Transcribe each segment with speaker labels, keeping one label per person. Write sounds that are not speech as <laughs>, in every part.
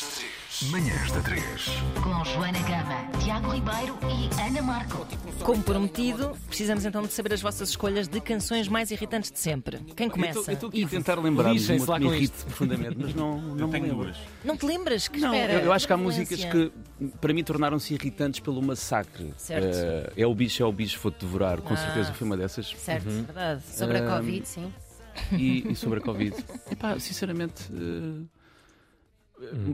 Speaker 1: 3.
Speaker 2: Manhãs da 3.
Speaker 3: Com Joana Gama, Tiago Ribeiro e Ana Marco.
Speaker 4: Como prometido, precisamos então de saber as vossas escolhas de canções mais irritantes de sempre. Quem
Speaker 1: Eu
Speaker 4: começa?
Speaker 1: estou aqui a
Speaker 4: Ivo.
Speaker 1: tentar lembrar de
Speaker 5: Lixem-se
Speaker 1: uma
Speaker 5: lá
Speaker 1: que me
Speaker 5: com
Speaker 1: irrite
Speaker 5: isto.
Speaker 1: profundamente, mas não, não me lembro.
Speaker 4: Não te lembras? Que
Speaker 1: Não,
Speaker 4: espera,
Speaker 1: eu, eu acho que há músicas
Speaker 4: violência.
Speaker 1: que para mim tornaram-se irritantes pelo massacre.
Speaker 4: Certo.
Speaker 1: Eh, é o bicho, é o bicho, vou-te devorar. Com
Speaker 4: Ah.
Speaker 1: certeza foi uma dessas.
Speaker 4: Certo, verdade.
Speaker 6: Sobre a
Speaker 1: Ahm,
Speaker 6: Covid, sim.
Speaker 1: E, e sobre a Covid. <laughs> Epá, sinceramente. eh,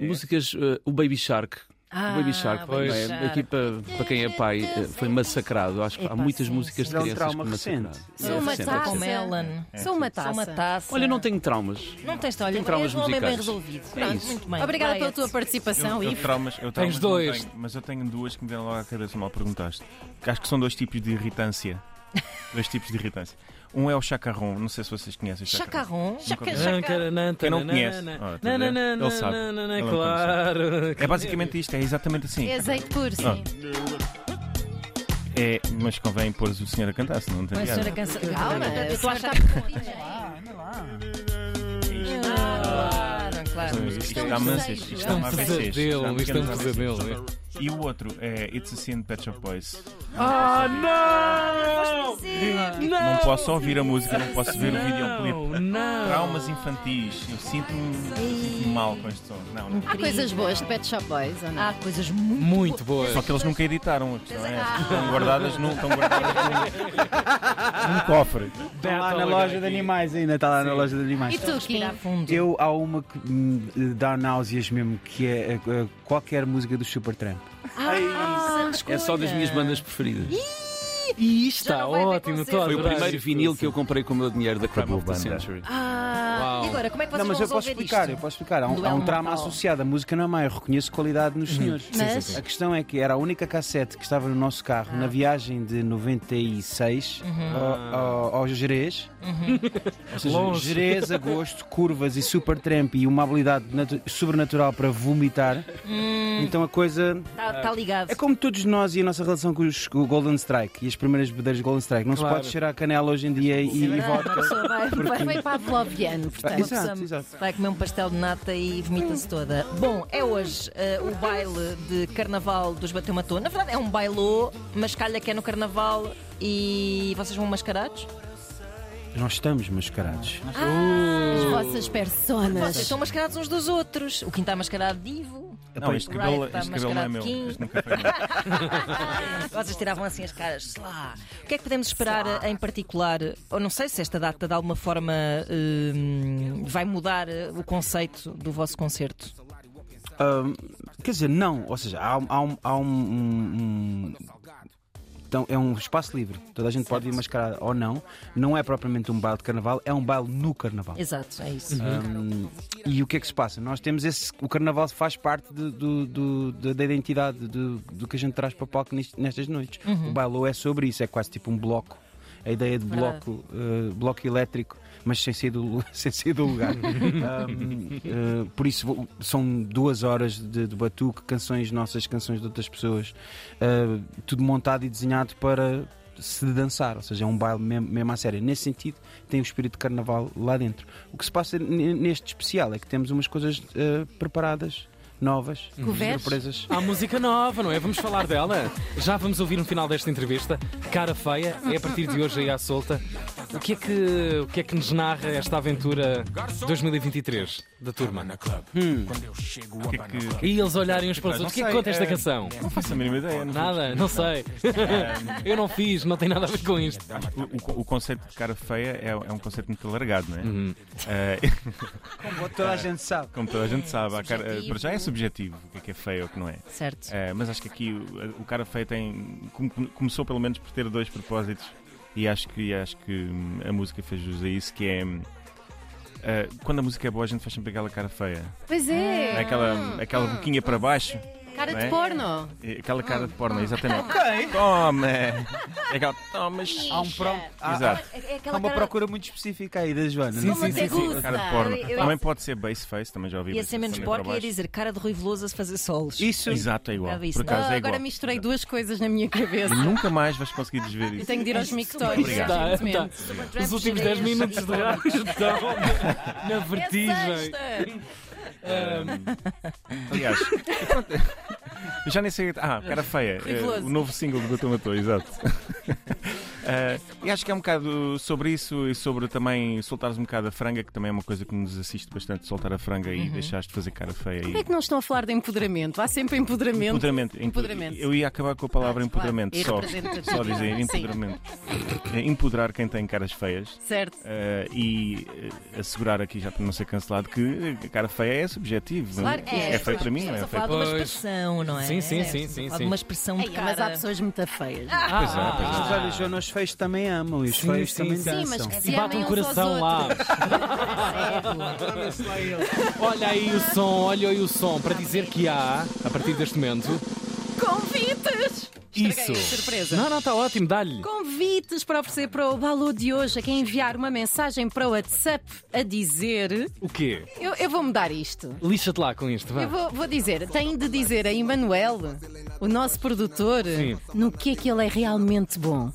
Speaker 1: eh, Músicas, eh, o Baby Shark,
Speaker 4: Ah,
Speaker 1: o Baby Shark,
Speaker 4: Baby
Speaker 1: não é?
Speaker 4: Shark.
Speaker 1: aqui para, para quem é pai, eh, foi massacrado. Acho que há
Speaker 4: Epá,
Speaker 1: muitas
Speaker 4: sim,
Speaker 1: músicas
Speaker 4: sim. um
Speaker 1: de
Speaker 4: Era um
Speaker 1: crianças
Speaker 5: trauma
Speaker 1: que
Speaker 5: recente.
Speaker 1: massacraram.
Speaker 6: Sou
Speaker 1: É,
Speaker 6: uma
Speaker 1: recente,
Speaker 6: taça.
Speaker 4: Com
Speaker 1: recente.
Speaker 4: melon.
Speaker 6: Sou uma
Speaker 4: É. Sou
Speaker 6: taça.
Speaker 4: uma taça.
Speaker 1: Olha, não tenho traumas.
Speaker 4: Não tens, olha,
Speaker 1: Tenho traumas
Speaker 4: és um homem bem
Speaker 1: musicais.
Speaker 4: resolvido.
Speaker 1: É
Speaker 4: Pronto,
Speaker 1: isso.
Speaker 4: muito bem.
Speaker 6: Obrigada pela
Speaker 4: Brian.
Speaker 6: tua participação,
Speaker 7: eu, eu
Speaker 6: Ivo.
Speaker 7: traumas, eu traumas
Speaker 5: Tens
Speaker 7: não
Speaker 5: dois.
Speaker 7: tenho, mas eu tenho duas que me vieram logo à cabeça, mal perguntaste. Que acho que são dois tipos de irritância. dois tipos de irritância. Um é o chacarrão, não sei se vocês conhecem o chacarrão.
Speaker 4: Chacarrão.
Speaker 7: Nunca vi.
Speaker 5: Quem
Speaker 7: Quem não conhece. Ah, tá a ver? Ele sabe. Ele não
Speaker 5: Claro. <laughs>
Speaker 7: É basicamente isto, é exatamente assim.
Speaker 6: É azeite puro, sim.
Speaker 7: Ah. É, mas convém pôr o senhor a cantar, senão não tem
Speaker 4: Mas a senhora
Speaker 7: piada.
Speaker 4: cansa.
Speaker 6: Calma,
Speaker 4: eu estou a achar. Claro, claro.
Speaker 7: Mas Isto dá mansas, isto
Speaker 5: um
Speaker 7: dá uma AVCs. dá
Speaker 5: Pesadelo, isto é um
Speaker 7: pequenos AVCs.
Speaker 5: pesadelo. é.
Speaker 7: E o outro é It's a Sin Pet Shop Boys.
Speaker 5: Ah,
Speaker 7: Não posso ouvir a música, não posso ver o videoclipe.
Speaker 5: não.
Speaker 7: Traumas infantis. Eu sinto-me sinto-me mal com este som. Não, não.
Speaker 6: Há coisas boas de Pet Shop Boys, ou não?
Speaker 4: Há coisas muito.
Speaker 5: Muito boa.
Speaker 7: Só que eles nunca editaram, a questão é essa. Estão guardadas num, estão guardadas num, num cofre.
Speaker 5: Dá
Speaker 8: Está Tá lá
Speaker 5: para olhar
Speaker 8: na loja de
Speaker 5: aqui.
Speaker 8: animais ainda, está lá na loja de animais.
Speaker 6: E tu, Kim?
Speaker 4: Respirar é fundo.
Speaker 8: Eu há uma que me dá náuseas mesmo, que é eh, eh, qualquer música do Supertramp.
Speaker 4: Ah,
Speaker 1: É só das minhas bandas preferidas.
Speaker 5: E
Speaker 6: Já
Speaker 5: está
Speaker 6: não vai haver
Speaker 5: ótimo.
Speaker 6: concerto.
Speaker 5: estou a
Speaker 1: Foi o
Speaker 5: adorar
Speaker 1: primeiro
Speaker 5: isto.
Speaker 1: vinil que eu comprei com o meu dinheiro da Crime
Speaker 8: Acabou
Speaker 1: of the
Speaker 8: a banda.
Speaker 1: Century.
Speaker 4: Ah,
Speaker 5: Uau.
Speaker 4: e agora, como é que vocês
Speaker 8: Não, mas
Speaker 4: vão
Speaker 8: eu posso
Speaker 4: resolver
Speaker 8: explicar, eu
Speaker 4: isto?
Speaker 8: posso explicar. Há um,
Speaker 4: Duelo
Speaker 8: há um trama
Speaker 4: mortal.
Speaker 8: associado. A música não é má, eu reconheço qualidade nos senhores.
Speaker 6: Mas-
Speaker 8: A questão é que era a única cassete que estava no nosso carro na viagem de 96 ao, ao, ao Jerez. <laughs> Ou seja,
Speaker 5: Longe.
Speaker 8: Jerez, agosto, curvas e super tramp e uma habilidade natu- sobrenatural para vomitar. Então a coisa
Speaker 4: Está
Speaker 1: Ah.
Speaker 4: tá ligado.
Speaker 8: É como todos nós e a nossa relação com, os- com o Golden Strike e as primeiras bebedeiras de Golden Strike. Não
Speaker 5: Claro.
Speaker 8: se pode cheirar canela hoje em dia e, e vodka.
Speaker 6: Foi pavloviano, portanto.
Speaker 8: Ah, Exato, exato.
Speaker 4: Vai comer um pastel de nata e vomita-se toda. Bom, é hoje eh, o baile de carnaval dos Batematô. Na verdade é um bailô, mas calha que é no carnaval e vocês vão mascarados?
Speaker 8: Nós estamos mascarados.
Speaker 6: As
Speaker 5: Uh.
Speaker 6: vossas personas.
Speaker 4: Vocês estão mascarados uns dos outros. O Quinto está mascarado de Ivo.
Speaker 7: Não, este
Speaker 4: Right,
Speaker 7: cabelo,
Speaker 4: tá
Speaker 7: este cabelo não é meu.
Speaker 4: mascaradinho.
Speaker 7: Este nunca foi meu.
Speaker 4: Vocês tiravam assim as caras. sei Lá. O que é que podemos esperar eh, em particular? Ou não sei se esta data de alguma forma eh, vai mudar eh, o conceito do vosso concerto.
Speaker 8: Ahm, Ah, quer dizer, não. Ou seja, há, um- há um. há um- um- um- então, é um espaço livre. Toda a gente pode vir mascarada ou não. Não é propriamente um baile de carnaval, é um baile no carnaval.
Speaker 4: Exato, é isso.
Speaker 8: Ahm, e o que é que se passa? Nós temos esse. O carnaval faz parte do- do- do- da- da identidade do, do que a gente traz para o palco nest- nestas noites. O bailou é sobre isso, é quase tipo um bloco. A ideia de
Speaker 4: Verdade.
Speaker 8: bloco, eh, bloco elétrico, mas sem sair do, lu- <laughs> sem sair do lugar. Ahm, eh, por isso vou- são duas horas de, de batuque, canções nossas, canções de outras pessoas, eh, tudo montado e desenhado para se dançar, ou seja, é um baile mesmo, mesmo à séria. Nesse sentido, tem o espírito de carnaval lá dentro. O que se passa n- neste especial é que temos umas coisas eh, preparadas, novas,
Speaker 5: Uhum.
Speaker 6: Covers?
Speaker 8: surpresas.
Speaker 5: Há música nova, não é? Vamos falar dela. Já vamos ouvir no final desta entrevista. Cara feia, é a partir de hoje aí à solta. O que é que, o que, é que nos narra esta aventura 2023 da turma?
Speaker 7: O que é que- que-
Speaker 5: E eles olharem uns para os outros. O que é que conta esta canção?
Speaker 7: Não faço a mínima ideia. não sei.
Speaker 5: Nada, não sei.
Speaker 7: É.
Speaker 5: <laughs> Eu não fiz, não tem nada a ver com isto.
Speaker 7: Acho que o- o, o conceito de cara feia é, é um conceito muito alargado, não é?
Speaker 5: Uhum.
Speaker 7: Eh, <laughs>
Speaker 8: Toda a gente sabe.
Speaker 7: como toda a gente sabe, a cara-
Speaker 4: Subjetivo.
Speaker 7: para já é subjetivo o que é que é feio ou o que não é.
Speaker 4: Certo.
Speaker 7: Eh, mas acho que aqui o, o cara feio tem. come- come- começou pelo menos por ter dois propósitos e acho que, acho que hum, a música fez jus a isso, que é. hum, eh, quando a música é boa, a gente faz sempre aquela cara feia.
Speaker 6: Pois
Speaker 7: Não
Speaker 4: Ah.
Speaker 6: é.
Speaker 7: é? Aquela, aquela boquinha para baixo.
Speaker 6: Cara
Speaker 7: não
Speaker 6: de
Speaker 7: é?
Speaker 6: porno.
Speaker 7: É Aquela cara de
Speaker 4: Ah. <laughs>
Speaker 7: porno, exatamente. Toma! É aquela, toma,
Speaker 8: Há, um pro... há,
Speaker 7: Exato.
Speaker 4: É
Speaker 8: há
Speaker 4: aquela
Speaker 8: uma
Speaker 4: cara...
Speaker 8: procura muito específica aí da Joana.
Speaker 5: Sim,
Speaker 8: não?
Speaker 5: sim, sim. sim.
Speaker 7: Cara de porno.
Speaker 4: ah, Eu- eu-
Speaker 7: Também pode ser base face, também já ouvi.
Speaker 4: Ia ser
Speaker 7: bastante
Speaker 4: menos
Speaker 7: também
Speaker 4: porco e ia
Speaker 7: assim, para baixo.
Speaker 4: dizer cara de Rui Veloso a se fazer solos.
Speaker 8: Isso.
Speaker 7: Exato, é igual.
Speaker 4: Já vi isso,
Speaker 7: Por
Speaker 4: não é?
Speaker 7: acaso é igual.
Speaker 6: Agora misturei duas coisas na minha
Speaker 7: <laughs>
Speaker 6: cabeça.
Speaker 7: Nunca mais vais conseguir desver
Speaker 6: Eu
Speaker 7: isso.
Speaker 6: tenho de ir aos mictórios,
Speaker 7: Obrigado.
Speaker 5: Tá, tá.
Speaker 6: urgentemente.
Speaker 5: Os últimos 10 minutos de
Speaker 6: <laughs> É
Speaker 5: rádio estão na vertigem.
Speaker 6: Sexta!
Speaker 7: Ahm, aliás. <laughs> E pronto, eu já nem sei. Ah, cara feia. eh,
Speaker 6: Veloso.
Speaker 7: o novo single do Gota Matou, exato. <laughs> Eh, e acho que é um bocado sobre isso e sobre também soltares um bocado a franga, que também é uma coisa que nos assiste bastante, soltar a franga e deixares de fazer cara feia.
Speaker 6: Porquê Uhum. é que não estão a falar de empoderamento? Há sempre empoderamento.
Speaker 7: Empoderamento.
Speaker 6: Empoderamento.
Speaker 7: Eu ia acabar com a palavra empoderamento
Speaker 6: E
Speaker 7: só.
Speaker 6: representatividade.
Speaker 7: Só dizer
Speaker 6: Sim.
Speaker 7: empoderamento. É Empoderar quem tem caras feias.
Speaker 6: Certo.
Speaker 7: eh, e eh, assegurar aqui, já para não ser cancelado, que a cara feia é subjetivo.
Speaker 6: Claro que é.
Speaker 7: É feio para mim, não
Speaker 4: Estamos
Speaker 7: é
Speaker 4: a
Speaker 7: feio
Speaker 4: falar
Speaker 7: para
Speaker 4: de uma
Speaker 5: Pois.
Speaker 4: expressão, não é?
Speaker 5: Sim, sim,
Speaker 4: É,
Speaker 5: sim,
Speaker 4: estamos a falar
Speaker 5: sim, sim. Ah,
Speaker 4: de uma expressão de
Speaker 6: Ei, mas há
Speaker 4: cara.
Speaker 6: pessoas muito feias.
Speaker 7: Pois é, pois é.
Speaker 8: Mas olha, os jornais feios também amam, e os
Speaker 5: Sim,
Speaker 8: feios
Speaker 5: sim,
Speaker 8: também
Speaker 5: sim.
Speaker 8: dançam.
Speaker 6: Sim, mas que se
Speaker 5: E bate
Speaker 6: amem
Speaker 5: um
Speaker 6: uns Assim é aos
Speaker 5: coração lá.
Speaker 6: outros.
Speaker 5: <laughs> Olha aí o som, olha aí o som, para dizer que há, a partir deste momento,
Speaker 6: Convites! Estraguei,
Speaker 5: Isso.
Speaker 6: surpresa.
Speaker 5: Não, não, está ótimo, dá-lhe.
Speaker 6: Convites para oferecer para o Balô de hoje a quem enviar uma mensagem para o WhatsApp a dizer.
Speaker 5: O quê?
Speaker 6: Eu, eu vou mudar isto.
Speaker 5: Lixa-te lá com isto, vá.
Speaker 6: Eu vou, vou dizer, tem de dizer a Emanuel, o nosso produtor,
Speaker 5: Sim.
Speaker 6: no que é que ele é realmente bom.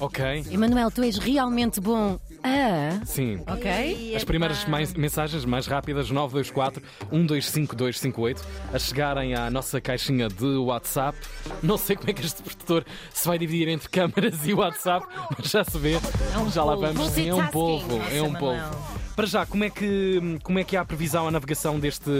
Speaker 5: Ok,
Speaker 6: Emanuel, tu és realmente bom. Ah,
Speaker 5: sim.
Speaker 6: ok?
Speaker 5: As primeiras mais- mensagens mais rápidas, 924-125258, a chegarem à nossa caixinha de WhatsApp. Não sei como é que este produtor se vai dividir entre câmaras e WhatsApp, mas já se vê. já lá
Speaker 4: polvo.
Speaker 5: vamos. É um
Speaker 6: Multitasking.
Speaker 5: povo, é um
Speaker 4: Nossa,
Speaker 5: povo.
Speaker 4: Manuel.
Speaker 5: Para já, como é que, como é que há a previsão, a navegação deste,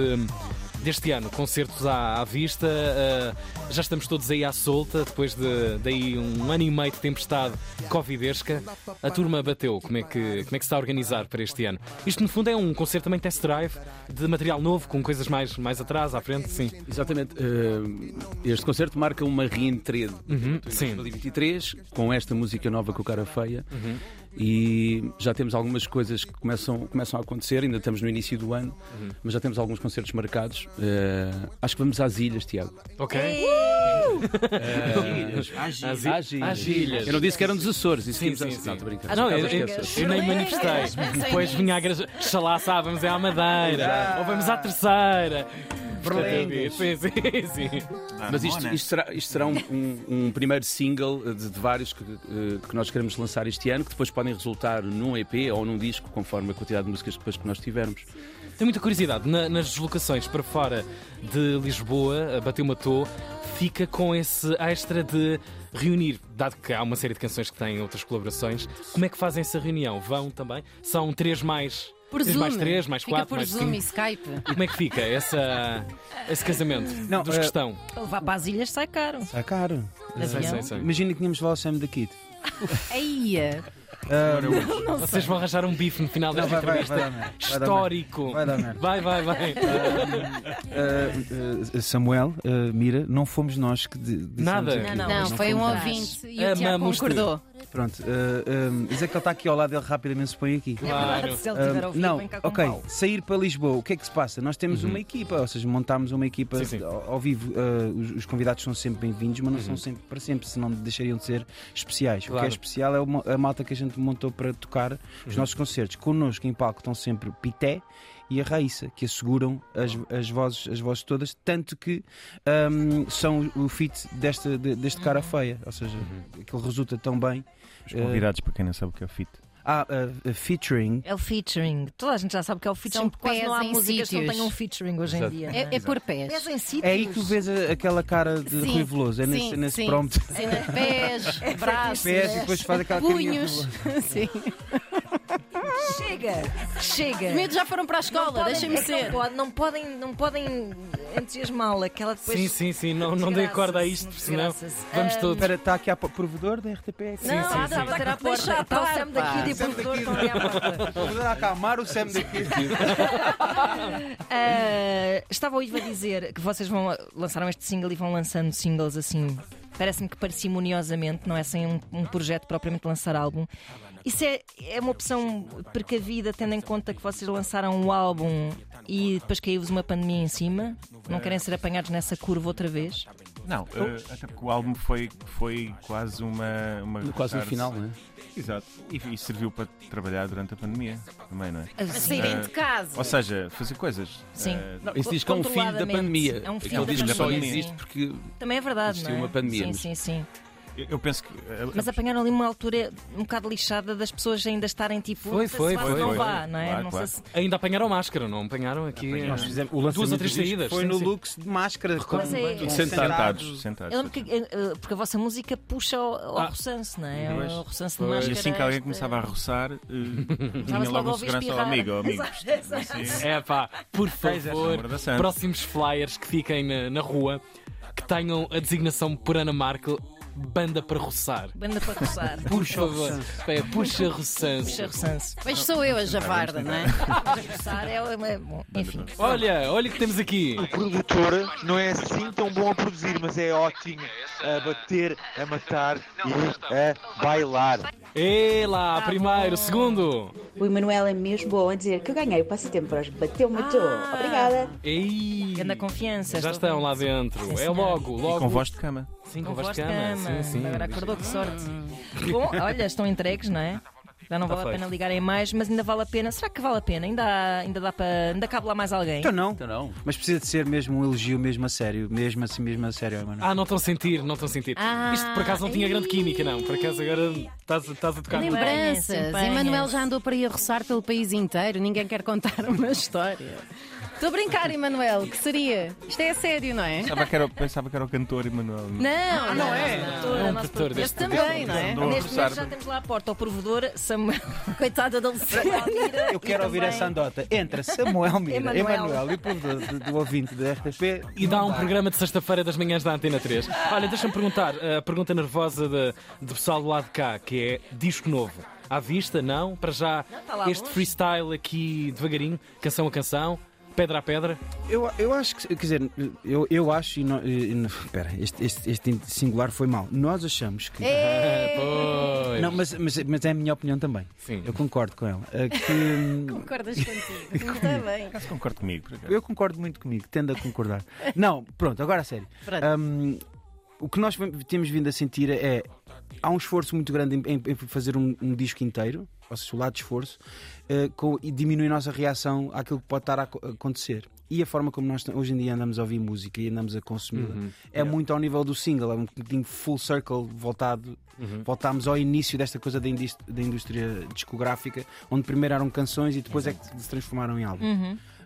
Speaker 5: deste ano? Concertos à, à vista, ah, já estamos todos aí à solta, depois de daí um ano e meio de tempestade covidesca. A turma bateu, como é, que, como é que se está a organizar para este ano? Isto, no fundo, é um concerto também test drive, de material novo, com coisas mais, mais atrás, à frente, sim.
Speaker 1: Exatamente. eh, Este concerto marca uma reentrede
Speaker 5: Uhum,
Speaker 1: em
Speaker 5: sim.
Speaker 1: 2023 com esta música nova com o Cara Feia. E já temos algumas coisas que começam, começam a acontecer, ainda estamos no início do ano, mas já temos alguns concertos marcados. Eh, acho que vamos às ilhas, Tiago.
Speaker 5: Ok?
Speaker 1: Às, ilhas.
Speaker 5: às ilhas.
Speaker 1: Eu não disse que eram dos Açores, disse
Speaker 5: Sim,
Speaker 1: que íamos às-
Speaker 5: sim, sim.
Speaker 1: Não, tô brincando.
Speaker 5: Não, eu,
Speaker 1: Acaba de
Speaker 5: eu-
Speaker 1: esquecer.
Speaker 5: eu nem manifestei. Depois vinha a graça. Xalá, sabe, vamos é à Madeira. Ou vamos à Terceira. Portanto, Sim, sim, sim.
Speaker 1: Mas isto, isto será, isto será um, um- um primeiro single eh, de, de vários que, eh, que nós queremos lançar este ano, que depois podem resultar num EP ou num disco, conforme a quantidade de músicas depois que nós tivermos.
Speaker 5: Tenho muita curiosidade. Na- nas deslocações para fora de Lisboa, a Bateu Matou, fica com esse extra de reunir, dado que há uma série de canções que têm outras colaborações, como é que fazem essa reunião? Vão também? São três mais.
Speaker 6: Por
Speaker 5: três
Speaker 6: Zoom.
Speaker 5: mais três, mais
Speaker 6: Fica
Speaker 5: quatro,
Speaker 6: por
Speaker 5: mais
Speaker 6: Zoom e
Speaker 5: cinco.
Speaker 6: Skype.
Speaker 5: E como é que fica essa, esse casamento
Speaker 8: Não,
Speaker 5: dos
Speaker 8: eh,
Speaker 5: que estão?
Speaker 4: Levar para as ilhas sai caro.
Speaker 8: Está caro.
Speaker 5: Sei, sei,
Speaker 4: Avião.
Speaker 5: sei.
Speaker 8: Imagina que tínhamos lá o Sam da Kid. Ah,
Speaker 6: Aí,
Speaker 5: Vocês vão arranjar um bife no final desta
Speaker 8: vai, vai,
Speaker 5: entrevista
Speaker 8: vai dar merda. Vai dar
Speaker 5: histórico.
Speaker 8: Vai dar merda.
Speaker 5: Vai, vai, vai.
Speaker 8: Uh, uh, Samuel, uh, Mira, não fomos nós que de, dissemos
Speaker 5: Nada.
Speaker 8: aquilo.
Speaker 4: Não, não.
Speaker 6: não, foi um
Speaker 8: fomos nós.
Speaker 6: ouvinte e o Tiago
Speaker 5: Amamos-te.
Speaker 6: concordou.
Speaker 8: Pronto, uh, um, mas é que ele está aqui ao lado, ele rapidamente se põe aqui.
Speaker 5: Claro.
Speaker 4: É Se ele tiver
Speaker 8: Um,
Speaker 4: ouvido,
Speaker 8: não,
Speaker 4: vem cá com
Speaker 8: ok,
Speaker 4: pau.
Speaker 8: sair para Lisboa, o que é que se passa? Nós temos uma equipa, ou seja, montámos uma equipa
Speaker 5: Uhum. Sim, sim.
Speaker 8: Ao, ao vivo. Uh, os, os convidados são sempre bem-vindos, mas não são sempre para sempre, senão deixariam de ser especiais. O que
Speaker 5: Claro. Uhum.
Speaker 8: é especial é o mo- a malta que a gente montou para tocar os nossos concertos. Connosco em palco estão sempre Pité e a Raíssa, que asseguram as, as, vozes, as vozes todas, tanto que um, são o fit desta, de- deste
Speaker 4: Uhum.
Speaker 8: cara feia. Ou seja,
Speaker 5: Uhum.
Speaker 8: aquilo resulta tão bem.
Speaker 7: Os convidados, para quem não sabe o que é o fit.
Speaker 8: Ah, uh, uh, featuring.
Speaker 4: É o featuring. Toda a gente já sabe que é o featuring.
Speaker 6: São
Speaker 4: porque quase não há
Speaker 6: pés em
Speaker 4: músicas que não
Speaker 6: sítios.
Speaker 4: tenham um featuring hoje em
Speaker 5: Exato.
Speaker 4: dia.
Speaker 6: É, é por pés.
Speaker 4: Pés em sítios.
Speaker 8: É aí que tu vês a- aquela cara de
Speaker 6: Sim,
Speaker 8: Rui Veloso, é
Speaker 6: sim,
Speaker 8: nesse, nesse
Speaker 6: sim.
Speaker 8: prompt. É,
Speaker 6: Sim, né?
Speaker 8: <laughs>
Speaker 6: Pés, braços, é.
Speaker 8: Pés e depois faz aquela carinha.
Speaker 6: punhos. <laughs> Sim.
Speaker 4: Chega, chega.
Speaker 6: Os medos já foram para a escola,
Speaker 4: podem-
Speaker 6: deixem-me
Speaker 4: é que
Speaker 6: ser.
Speaker 4: É. Não, pode- não podem, não podem entusiasmá-la, que ela depois.
Speaker 5: Sim, sim, sim. Não, não dê corda a isto, porque senão
Speaker 4: Desgraças.
Speaker 5: vamos
Speaker 4: Ah,
Speaker 5: todos.
Speaker 8: Espera, está aqui a po- provedor da RTP?
Speaker 4: Não,
Speaker 5: sim,
Speaker 4: há de
Speaker 5: sim.
Speaker 4: bater Tá à porta.
Speaker 6: Deixa
Speaker 4: Está o Sam
Speaker 6: estar,
Speaker 4: da
Speaker 6: pá.
Speaker 4: Kid e o produtor estão ali à porta.
Speaker 8: Provedor a acalmar o Sam daqui.
Speaker 4: Ah, Estava o Ivo a dizer que vocês vão lançaram este single e vão lançando singles assim. Parece-me que parcimoniosamente, não é sem um, um projeto propriamente lançar álbum. Isso é, é uma opção precavida, tendo em conta que vocês lançaram um álbum e depois caiu-vos uma pandemia em cima? Não querem ser apanhados nessa curva outra vez?
Speaker 7: Não, eh, até porque o álbum foi, foi quase uma. uma
Speaker 1: Quase no final, não é?
Speaker 7: Exato. E, e serviu para trabalhar durante a pandemia também, não é?
Speaker 6: Saírem de casa.
Speaker 7: Ou seja, fazer coisas.
Speaker 4: Sim.
Speaker 7: Eh,
Speaker 1: Não, isso diz que é um filho da
Speaker 4: Controladamente.
Speaker 1: pandemia.
Speaker 4: É um filho
Speaker 1: Aquele
Speaker 4: da
Speaker 1: disco só
Speaker 7: pandemia.
Speaker 1: existe porque
Speaker 4: Também é verdade,
Speaker 1: Existiu
Speaker 4: não é?
Speaker 1: uma pandemia,
Speaker 4: Sim,
Speaker 1: mas-
Speaker 4: sim, sim.
Speaker 7: Eu- Eu penso que.
Speaker 4: Mas apanharam ali uma altura um bocado lixada das pessoas ainda estarem tipo.
Speaker 5: Foi,
Speaker 4: não sei
Speaker 5: foi,
Speaker 4: se vai,
Speaker 5: foi,
Speaker 4: não
Speaker 5: foi.
Speaker 4: vá, não é?
Speaker 7: Claro,
Speaker 4: não
Speaker 7: claro.
Speaker 4: sei se.
Speaker 5: Ainda apanharam máscara, não apanharam aqui.
Speaker 7: é
Speaker 8: Nós fizemos o
Speaker 5: Duas
Speaker 8: lançamento
Speaker 5: ou três
Speaker 8: do disco
Speaker 5: saídas,
Speaker 8: Foi
Speaker 5: sim,
Speaker 8: no
Speaker 5: sim.
Speaker 8: Lux de máscaras, com-
Speaker 6: Mas é-
Speaker 8: com-
Speaker 7: Sentados, sentados.
Speaker 4: Eu lembro que, eh, eh, porque a vossa música puxa ao, ao
Speaker 5: Ah.
Speaker 4: roçance, não é?
Speaker 7: Pois.
Speaker 4: Ao roçance de
Speaker 5: Pois.
Speaker 4: máscara.
Speaker 7: E assim que alguém
Speaker 4: esta-
Speaker 7: começava
Speaker 4: <laughs>
Speaker 7: a roçar, eh,
Speaker 4: Começava-se
Speaker 7: vinha logo um
Speaker 4: a ouvir
Speaker 7: segurança ao
Speaker 4: espirrar.
Speaker 7: amigo. ao amigo.
Speaker 4: Exato, exato.
Speaker 7: Sim.
Speaker 5: É pá, por
Speaker 7: Essa é a
Speaker 5: favor,
Speaker 7: Moura da Santos.
Speaker 5: próximos flyers que fiquem na, na rua que tenham a designação por Ana Markel banda para roçar.
Speaker 4: Banda para coçar.
Speaker 7: <laughs>
Speaker 5: Por favor, é, puxa roçança.
Speaker 4: Puxa roçance.
Speaker 6: Mas sou eu a javarda, não é?
Speaker 4: Para coçar é. é- bom, enfim.
Speaker 5: Olha, olha o que temos aqui.
Speaker 2: O produtor não é assim tão bom a produzir, mas é ótimo a bater, a matar e a bailar.
Speaker 5: Ei lá, primeiro, segundo.
Speaker 9: O Emanuel é mesmo bom a dizer que eu ganhei o passatempo para hoje. Bateu-me
Speaker 4: Ah.
Speaker 9: ah. Obrigada.
Speaker 5: Ei.
Speaker 4: Grande confiança.
Speaker 5: Já
Speaker 4: estou
Speaker 5: estão lá
Speaker 4: ouvindo.
Speaker 5: dentro. É
Speaker 4: senhora.
Speaker 5: logo, logo.
Speaker 7: Com voz de cama.
Speaker 5: Sim,
Speaker 4: Com voz de
Speaker 5: cama.
Speaker 4: cama.
Speaker 5: Sim, sim. Hum.
Speaker 4: Agora acordou de sorte. Bom, olha, estão entregues, não é? Já não vale a
Speaker 5: Tá feito.
Speaker 4: pena ligarem mais, mas ainda vale a pena. Será que vale a pena? Ainda, há- ainda dá para. Ainda cabe lá mais alguém?
Speaker 8: Então não.
Speaker 1: Então não.
Speaker 8: Mas precisa de ser mesmo um elogio, mesmo a sério, mesmo assim, mesmo a sério, Emanuel.
Speaker 5: Ah, não estão a sentir, não estão a sentir.
Speaker 6: Ah,
Speaker 5: Isto por acaso não tinha grande química, não. Por acaso agora estás, a- estás a tocar.
Speaker 6: Lembranças.
Speaker 4: Empanha-se, empanha-se.
Speaker 6: Emanuel já andou para ir roçar pelo país inteiro. Ninguém quer contar <laughs> uma história. Estou a brincar, Emanuel. Que seria? Isto é sério, não é?
Speaker 7: Pensava que era, pensava que era o cantor Emanuel.
Speaker 4: Né?
Speaker 6: Não, não é.
Speaker 4: Doutora,
Speaker 5: É um
Speaker 4: nosso
Speaker 5: produtor
Speaker 6: Este
Speaker 5: deste.
Speaker 6: também, não é?
Speaker 7: Não a
Speaker 4: Neste
Speaker 7: roçar.
Speaker 4: momento já temos lá à porta o provedor Samuel. É
Speaker 6: Coitada da Luciana.
Speaker 8: Ah, Eu quero ouvir essa andota. Entra
Speaker 6: <laughs>
Speaker 8: Samuel Mira,
Speaker 4: Emanuel.
Speaker 8: Emanuel e o povo do, do ouvinte da RTP.
Speaker 5: E dá um programa de sexta-feira das manhãs da Antena 3. Olha, deixa-me perguntar, a pergunta nervosa de- do pessoal do lado de cá, que é disco novo. À vista, não? Para já,
Speaker 4: tá lá
Speaker 5: este
Speaker 4: longe.
Speaker 5: freestyle aqui devagarinho, canção a canção, pedra a pedra.
Speaker 8: Eu, eu acho que, quer dizer, eu, eu acho. E não, e não- espera, este, este, este singular foi mal. Nós achamos que.
Speaker 6: É.
Speaker 4: É.
Speaker 5: Pois.
Speaker 8: Não, mas, mas, mas é a minha opinião também.
Speaker 5: Sim.
Speaker 8: Eu concordo com ela. eh, que-
Speaker 6: Concordas contigo?
Speaker 8: <laughs>
Speaker 6: Muito bem.
Speaker 7: Mas concordo comigo, por acaso.
Speaker 8: eu concordo muito comigo, tendo a concordar. Não, pronto, agora a sério.
Speaker 6: Pronto.
Speaker 8: Hum, o que nós vem- temos vindo a sentir é. Há um esforço muito grande em, em- em fazer um, um disco inteiro, ou seja, o lado de esforço, eh, com- e diminui a nossa reação àquilo que pode estar a aco- acontecer. E a forma como nós t- hoje em dia andamos a ouvir música e andamos a consumi-la é muito ao nível do single, é um bocadinho full circle voltado. Voltámos ao início desta coisa da, indis- da indústria discográfica, onde primeiro eram canções e depois é que se transformaram em álbum.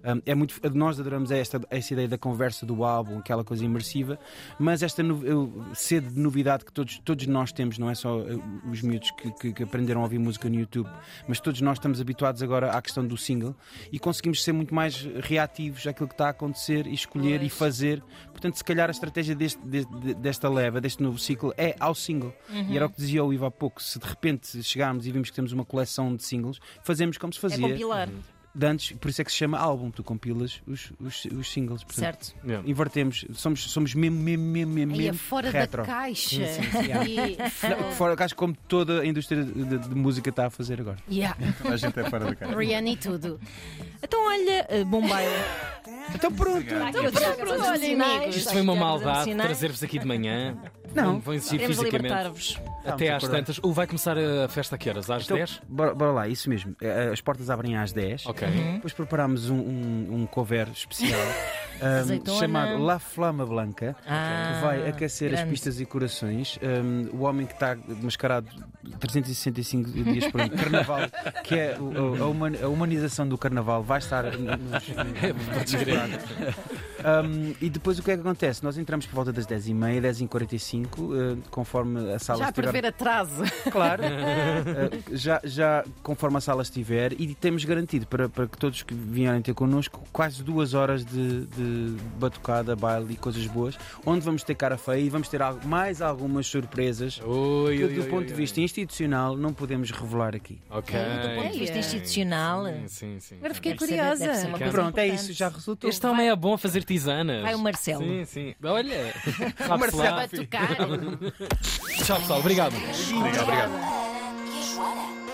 Speaker 8: Um, é muito, nós adoramos esta, esta ideia da conversa do álbum, aquela coisa imersiva, mas esta nu- eu- sede de novidade que todos, todos nós temos, não é só eh, os miúdos que, que- que aprenderam a ouvir música no YouTube, mas todos nós estamos habituados agora à questão do single e conseguimos ser muito mais reativos àquilo que está a acontecer e escolher e fazer. Portanto, se calhar a estratégia deste- de- de- desta leva, deste novo ciclo, é ao single. E era o que dizia o Ivo há pouco: se de repente chegarmos e vimos que temos uma coleção de singles, fazemos como se
Speaker 4: É
Speaker 8: fazia
Speaker 4: compilar,
Speaker 8: de antes, por isso é que se chama álbum, tu compilas os, os, os singles. portanto,
Speaker 4: certo?
Speaker 8: Invertemos, somos, somos mesmo, mesmo, mesmo, mesmo,
Speaker 6: Aí é
Speaker 8: mesmo
Speaker 6: fora
Speaker 8: retro.
Speaker 6: da caixa. E
Speaker 8: Não, fora, acho que como toda a indústria de, de música está a fazer agora.
Speaker 6: Yeah.
Speaker 7: A gente é fora da cara.
Speaker 6: Rihanna e tudo.
Speaker 4: Então, olha, eh, Bombay.
Speaker 8: Então pronto.
Speaker 4: Então,
Speaker 6: pronto, olha, amigos.
Speaker 5: Isto foi uma maldade trazer-vos aqui de manhã.
Speaker 8: Não.
Speaker 5: Vão exigir
Speaker 4: Queremos
Speaker 5: fisicamente.
Speaker 4: libertar-vos.
Speaker 5: Até às
Speaker 8: acordar.
Speaker 5: tantas. Ou vai começar a festa a que horas? Às
Speaker 8: Então,
Speaker 5: 10?
Speaker 8: bora, bora lá, isso mesmo. Eh, As portas abrem às 10.
Speaker 5: Ok.
Speaker 8: Depois preparámos um, um, um cover
Speaker 6: <laughs>
Speaker 8: especial um,
Speaker 4: Azeitona.
Speaker 8: chamado La Flama Blanca.
Speaker 4: Ah,
Speaker 8: vai aquecer as
Speaker 4: grande.
Speaker 8: pistas e corações. Um, o homem que está mascarado 365
Speaker 4: <laughs>
Speaker 8: dias por ano, carnaval, que é o- o- a, human- a humanização do carnaval, vai estar no-
Speaker 4: <laughs>
Speaker 8: nos.
Speaker 4: É
Speaker 8: Um, e depois o que é que acontece? Nós entramos por volta das 10h30, 10h45, uh, conforme a sala
Speaker 6: Já a
Speaker 8: estiver.
Speaker 6: prever atraso.
Speaker 8: Claro. Uh, já, já conforme a sala estiver, e temos garantido para, para que todos que vierem ter connosco quase duas horas de, de batucada, baile e coisas boas, onde vamos ter cara feia e vamos ter algo- mais algumas surpresas
Speaker 5: Oi,
Speaker 8: que,
Speaker 5: oi,
Speaker 8: do
Speaker 5: oi,
Speaker 8: ponto
Speaker 5: oi,
Speaker 8: de
Speaker 5: oi.
Speaker 8: vista institucional, não podemos revelar aqui.
Speaker 5: Ok.
Speaker 4: Do ponto de vista
Speaker 6: Ei,
Speaker 4: institucional.
Speaker 5: Sim, sim, sim.
Speaker 6: Agora fiquei
Speaker 4: Deve ser- é deve ser
Speaker 6: curiosa.
Speaker 4: uma coisa
Speaker 8: Pronto, é
Speaker 4: importante.
Speaker 8: isso, já resultou.
Speaker 5: Este homem é bom a fazer tisanas.
Speaker 4: Vai o Marcelo.
Speaker 5: Sim, sim. <laughs> Olha. Sabe-se
Speaker 8: Marcelo
Speaker 5: lá.
Speaker 6: Vai tocar.
Speaker 5: Tchau, pessoal. Obrigado.
Speaker 7: Obrigado.